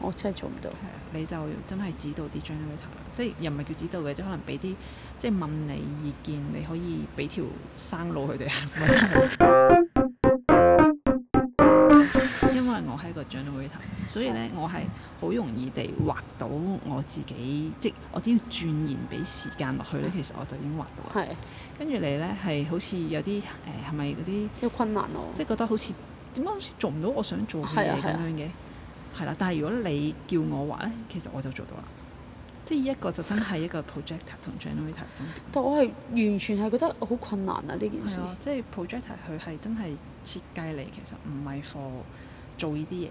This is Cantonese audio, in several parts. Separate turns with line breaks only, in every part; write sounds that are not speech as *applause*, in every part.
我真係做唔到。
你就真係指導啲 generator，即係又唔係叫指導嘅，即係可能俾啲即係問你意見，你可以俾條生路佢哋啊，唔係生路。因為我係一個 generator，所以咧我係好容易地畫到我自己，即係我只要鑽研俾時間落去咧，其實我就已經畫到啦。
係
跟住你咧係好似有啲誒係咪嗰啲？
有困難咯。
即係覺得好似點解好似做唔到我想做嘅
係啊
嘢
係
咁
啊
樣嘅，係啦、但係如果你叫我畫咧，其實我就做到啦。即係一個就真係一個 projector 同 generator 分別。
但我係完全係覺得好困難啊！呢件事
係啊，即係 projector 佢係真係設計嚟，其實唔係 for 做呢啲嘢，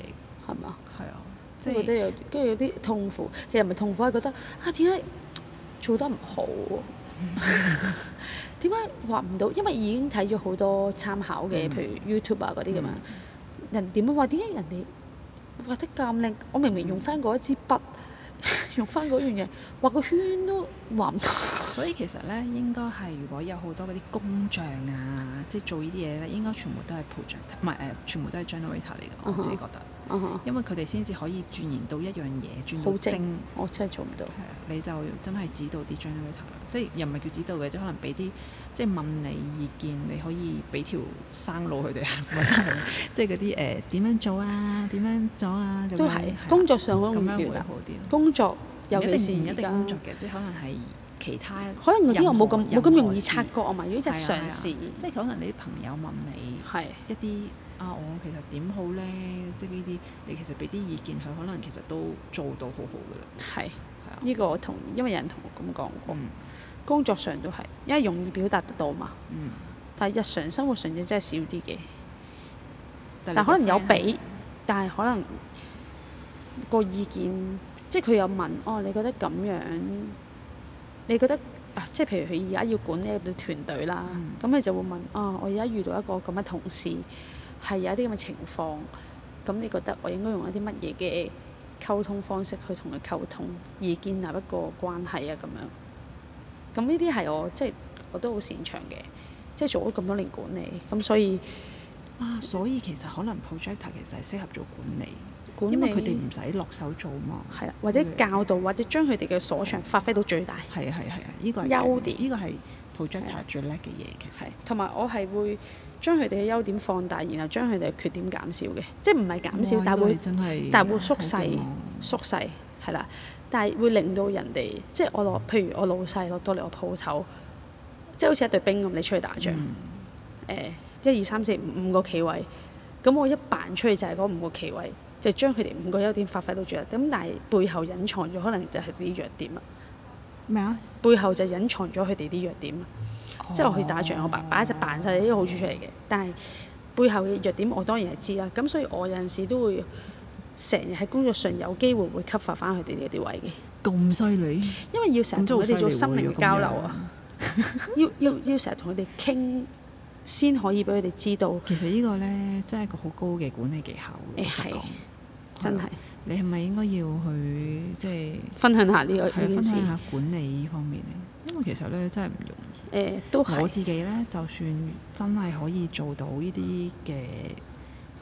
係咪啊？
係啊，即
即係覺得
係
有跟住有啲痛苦，其實唔係痛苦，係覺得啊點解做得唔
*laughs*
好喎？點解畫唔到？因為已經睇咗好多參考嘅，
嗯
譬如 YouTube 啊嗰啲咁樣
嗯，
人點樣畫？點解人哋畫得咁靚？我明
嗯
明用翻嗰一支筆， *laughs* 用翻嗰樣嘢畫個圈都畫唔到。
*laughs* 所以其實咧應該係如果有好多嗰啲工匠啊，即係做呢啲嘢咧，應該全部都係 projector，唔係誒，全部都係 generator 嚟嘅，我自己
嗯
覺得，
啊哈
因為佢哋先至可以鑽研到一樣嘢，鑽到
好精
精
我真係做唔到。
係啊你就真係指導啲 generator 啦，即係又唔係叫指導嘅，即係可能俾啲即係問你意見，你可以俾條生路
*laughs*
佢哋啊，唔係生路，即係嗰啲誒點樣做啊，點樣做啊咁樣
都
係
係
啊
工作上好
咁
容
樣
易
會
啦，
好啲咯。
工作尤
唔一定唔
其是
一
而
定
家，
工作嘅，即係可能係其他，
可能有啲人冇咁冇
任何
咁容易
事
察覺啊嘛。如果日
係啊係啊
常事
即係可能你啲朋友問你
係。
一啲啊，我其實點好咧？即係呢啲你其實俾啲意見佢，可能其實都做到好好嘅啦，
係，
係啊。
呢、個我同意，因為有人同我咁講過，
嗯
工作上都係，因為容易表達得到嘛。
嗯，
但係日常生活上就真係少啲嘅，
嗯但
但可能有
比。
俾，但係可能個意見，即係佢有問，哦，你覺得咁樣，你覺得啊，即係譬如佢而家要管呢個團隊啦，
嗯
咁、你就會問，啊，我而家遇到一個咁嘅同事，係有一啲咁嘅情況，咁你覺得我應該用一啲乜嘢嘅溝通方式去同佢溝通，而建立一個關係啊咁樣。咁呢啲係我即係我都好擅長嘅，即係做咗咁多年管理，咁所以
啊，所以其實可能 projector 其實係適合做管理，
管理
因為佢哋唔使落手做嘛。
係啦，或者
嗯
教導或者將佢哋嘅所長發揮到最大。
係啊係啊係啊，呢個係
優
緊
點
呢個係 projector 最叻嘅嘢其實
係。，同埋我係會將佢哋嘅優點放大，然後將佢哋嘅缺點減少嘅，即係唔係減少
哇，
但係
哦呢個
會
係真係
但係會縮細
好勁喎啊嗯
縮細，係啦。但係會令到人哋即係我
嗯
落，譬如我老細落到嚟我鋪頭，即係好似一隊兵咁，你出去打仗，
嗯
誒一二三四五五個企位，咁我一扮出去就係嗰五個企位，就將佢哋五個優點發揮到最大。咁但係背後隱藏咗可能就係啲弱點啊啦，
咩啊？
背後就隱藏咗佢哋啲弱點啦。
哦
即係我去打仗，我扮扮就扮晒呢啲好處出嚟嘅，但係背後嘅弱點我當然係知啦。咁所以我有陣時都會成日喺工作上有機會會 cover 翻佢哋呢啲位嘅，
咁犀利，
因為要成日
咁真
同
係好
佢
犀
哋
利
做心
喎
靈嘅交流啊，！要要要成日同佢哋傾先可以俾佢哋知道，
如果咁樣其實呢個咧真係一個好高嘅管理技巧喎，
誒
老實
係
講。
真係
你係咪啊應該要去即係
分享下呢個
係啊
呢件
分
事
享下管理呢方面咧？因為其實咧真係唔容易。
誒都
我
係
自己咧，就算真係可以做到呢啲嘅，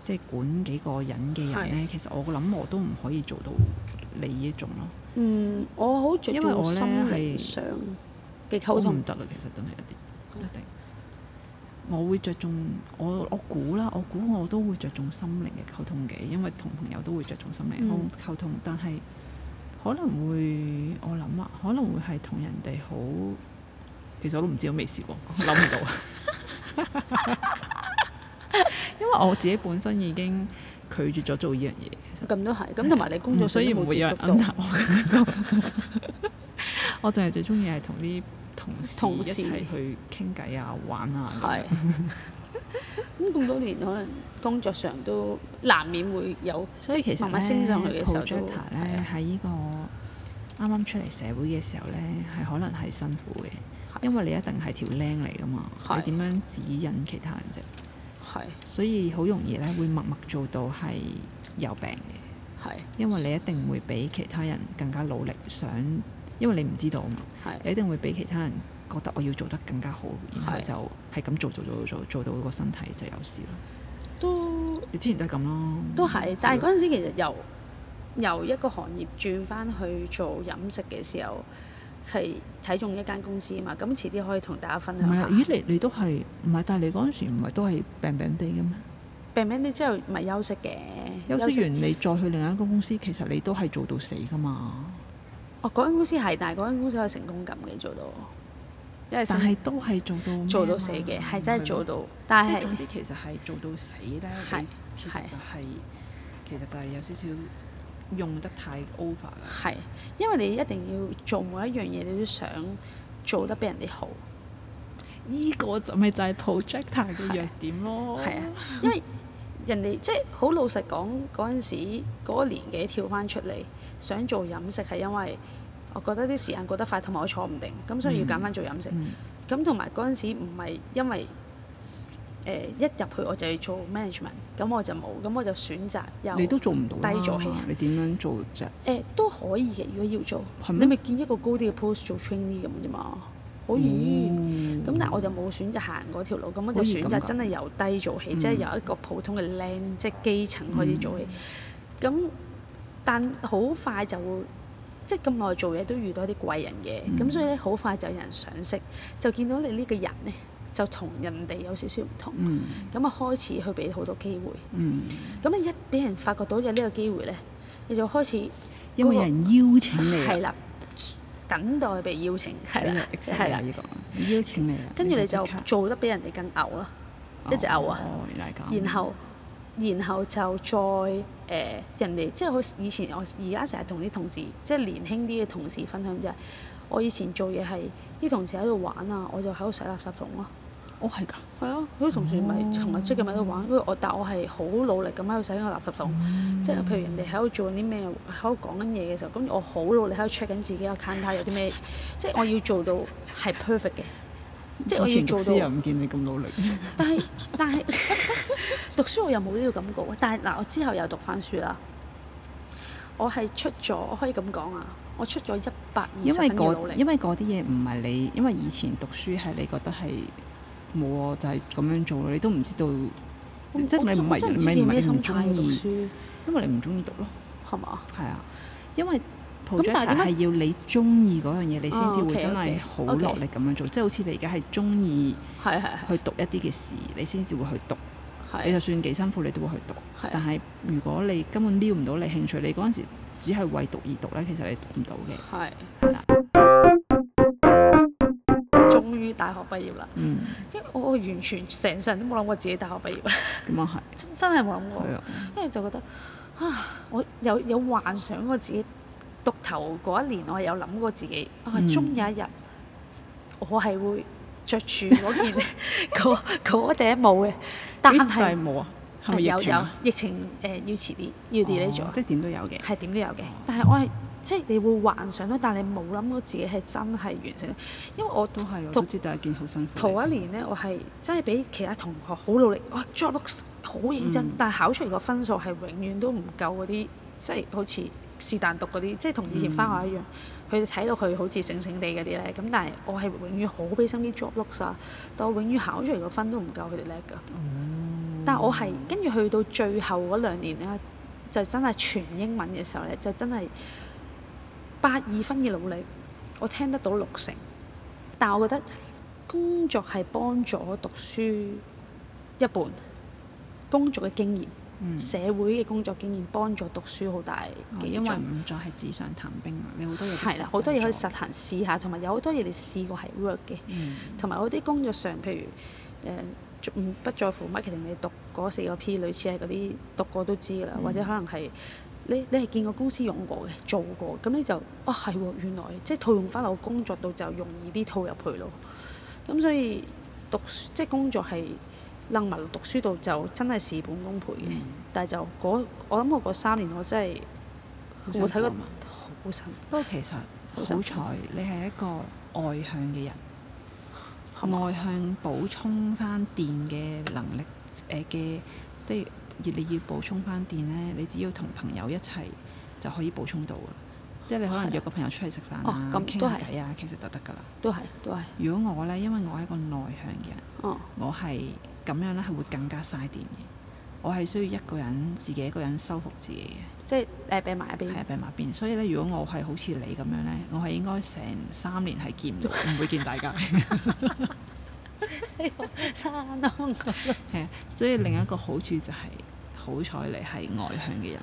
即係管幾個人嘅人咧，其實我諗我都唔可以做到你呢一種咯，
嗯，我好着
因為
重
我呢
心
係
靈上嘅溝
我
通
唔，得啦。其實真係一啲一定，我會着重我我估啦，我估我都會着重心靈嘅溝通嘅，因為同朋友都會着重心靈溝
嗯
溝通，但係可能會我諗啊，可能會係同人哋好，其實我都唔知，我未試過，諗唔到。因為我自己本身已經拒絕咗做呢樣嘢，其實
咁都係咁，同埋你工作
嗯所
上
以
都
唔
冇
會
接
有
觸
人
到
under 我咁樣 *laughs* 我淨係最中意係同啲同事
同
一
事
齊去傾偈啊、玩啊咁
係
樣。。
*laughs* 咁咁多年，可能工作上都難免會有，
所以其實
慢慢升上去嘅時候都啊
projector 咧喺呢個啱啱出嚟社會嘅時候咧，係可能係辛苦嘅，
係
因為你一定係條僆嚟噶嘛，
係
你點樣指引其他人啫？
係啊
所以好容易咧會默默做到係有病嘅。
係
因為你一定會比其他人更加努力，想因為你唔知道嘛，
係
你一定會比其他人覺得我要做得更加好，然後
係
就係咁做做做做做到個身體就有事咯。
都
你之前都係咁咯，嗯
都係，但係
係
嗰陣時其實由由一個行業轉翻去做飲食嘅時候，係睇中一間公司啊嘛。咁遲啲可以同大家分
唔
享
係啊
下。？
咦，你你都係唔係？但係你嗰陣時唔係都係病病地嘅咩？
病病你之後咪休息嘅，
休息完你再去另一間公司，其實你都係做到死噶嘛。
哦，嗰間公司係，但係嗰間公司可以成功感嘅做到，因為
但係都係做到咩啊
做到
嘛
死嘅，係真係做。到，
咯
但
即係
係
總之，其實係做到死咧。
係
你其實
係
就係其實就係有少少用得太 over 啦。
係因為你一定要做每一樣嘢，你都想做得比人哋好。
呢個就咪就係 projector
係啊
嘅弱點咯。
係啊，因為人哋即係好老實講，嗰陣時嗰個年紀跳翻出嚟，想做飲食係因為我覺得啲時間過得快，同埋我坐唔定，咁所以要揀翻做飲食。
嗯，
咁同埋嗰陣時唔係因為誒、呃一入去我就要做 management，咁我就冇，咁我就選擇又
你都做唔到啦
低咗氣
你點樣做啫？
誒呃都可以嘅，如果要做，
係咩
你咪見一個高啲嘅 post 做 trainee 咁啫嘛，可以。
哦
咁但係我就冇選擇行嗰條路，咁我
可
就
以
選
咁嗯
擇
講
真係由低做起，即係由一個普通嘅僆，即係基層開始做起。咁、但好快就會即係咁耐做嘢都遇到一啲貴人嘅，
嗯
咁、所以咧好快就有人賞識，就見到你呢個人咧就同人哋有少少唔同，
嗯
咁啊、開始去俾好多機會。
嗯，
咁你一俾人發覺到有呢個機會咧，你就開始
因為有人邀請你啊，啊
係啦，等待被邀請，係啦，
係
係
啦，
啦，
呢個邀請你啦，
跟住你就
即刻
做得比人哋更牛啦。一隻牛啊
哦，原來係咁。
然後然後就再誒、呃人哋即係好似以前我而家成日同啲同事，即係年輕啲嘅同事分享就係、我以前做嘢係啲同事喺度玩啊，我就喺度洗垃圾桶咯。
哦係㗎，哦
係啊，佢啲同事咪同日即係咪喺度玩，因為我但我係好努力咁喺度洗緊個垃圾桶，
嗯
即係譬如人哋喺度做緊啲咩，喺度講緊嘢嘅時候，咁我好努力喺度 check 緊自己個 counter 有啲咩，即係我要做到係 perfect 嘅，即係我
以
要
前讀
做
書
到
又。唔見你咁努力。
但係但係 *laughs* 讀書我又冇呢個感覺喎。但係嗱，我之後又讀翻書啦。我係出咗，我可以咁講啊，我出咗一百二
因
十
為
分嘅努
嗰
力。
因為嗰啲嘢唔係你，因為以前讀書係你覺得係冇啊，就係咁樣做咯，你都唔知道，
我
即係你
我
唔
我真
係
係
唔
唔知自
係
己
唔
咩
係唔
心態
中
讀
意，
書
因為你唔中意讀咯，
係嘛？
係啊，因為
咁
project
但係點解啊
係要你中意嗰樣嘢，你先至
哦
會
OK，
真係
OK，
好
OK
落力咁樣做，即係好似你而家係中意
係係
去讀一啲嘅事，你先至會去讀，你
係
就算幾辛苦你都會去讀。
係
但
係
係如果你根本撩唔到你興趣，你嗰陣時只係為讀而讀咧，其實你讀唔到嘅。
係
係啦。
終於大學畢業啦！
嗯，
因為我我完全成世人都冇諗過自己大學畢業，
咁啊
真真係冇諗
係，
過
係。啊，
跟住就覺得啊，我有有幻想過自己讀頭嗰一年，我有諗過自己啊，
嗯
終有一日我係會着住嗰
*laughs*
件嗰嗰頂帽嘅，但
咦但
係
係冇啊，係
係
咪疫
有
情
有
啊？
疫情誒、呃要遲啲，要 delay 咗
哦，即係點都有嘅。
係點都有嘅。但係我係即係你會幻想咯，但係你冇諗過自己係真係完成，因為我
都係，我
讀
都知道係一件好辛苦
頭
嘅
一
事。
年咧，我係真係比其他同學好努力，我 job looks 好認真，
嗯
但係考出嚟個分數係永遠都唔夠嗰啲，即係好似是但讀嗰啲，即係同以前翻學一樣。佢哋睇到佢好似醒醒地嗰啲咧，咁但係我係永遠好俾心機 job looks 啊，但我永遠考出嚟個分都唔夠佢哋叻㗎。
嗯
但係我係跟住去到最後嗰兩年咧，就真係全英文嘅時候咧，就真係八二分嘅努力，我聽得到六成。但我覺得工作係幫咗讀書一半，工作嘅經驗、
嗯
社會嘅工作經驗幫助讀書好大
哦
嘅
因
因
為
為
唔再係紙上談兵啦，你好多嘢都
係啦，好多嘢可以
實
實行試下，同埋有好多嘢你試過係 work 嘅。
咗。嗯
同埋我啲工作上，譬如誒、呃做唔不在乎 marketing，你讀嗰四個 P，類似係嗰啲讀過都知㗎啦，或者可能係你你係見過公司用過嘅，做過，咁你就哦係喎，原來即係套用翻落工作度就容易啲套入去咯。咁所以讀書即係工作係楞埋落讀書度就真係事半功倍嘅，但係就嗰我諗我嗰三年我真係
好辛
冇睇
苦
過
啊嘛
好辛
不過其實
好辛
好
苦
彩，你係一個外向嘅人，
啊係嘛
外向補充翻電嘅能力誒嘅、即係你要補充翻電咧，你只要同朋友一齊就可以補充到噶啦。即係你可能約個朋友出嚟食飯
哦
啊，
咁
傾
都
下
係
偈啊，其實就得㗎啦。
都係都係，
如果我咧，因為我係一個內向嘅人，
哦
我係咁樣咧係會更加嘥電嘅。我係需要一個人自己一個人收服自己嘅，
即係誒病埋一邊
係。啊病埋邊。所以咧，如果我係好似你咁樣咧，我係應該成三年係見唔到，唔會見大家。
山窿
係啊，所以另一個好處就係、好彩你係外向嘅人，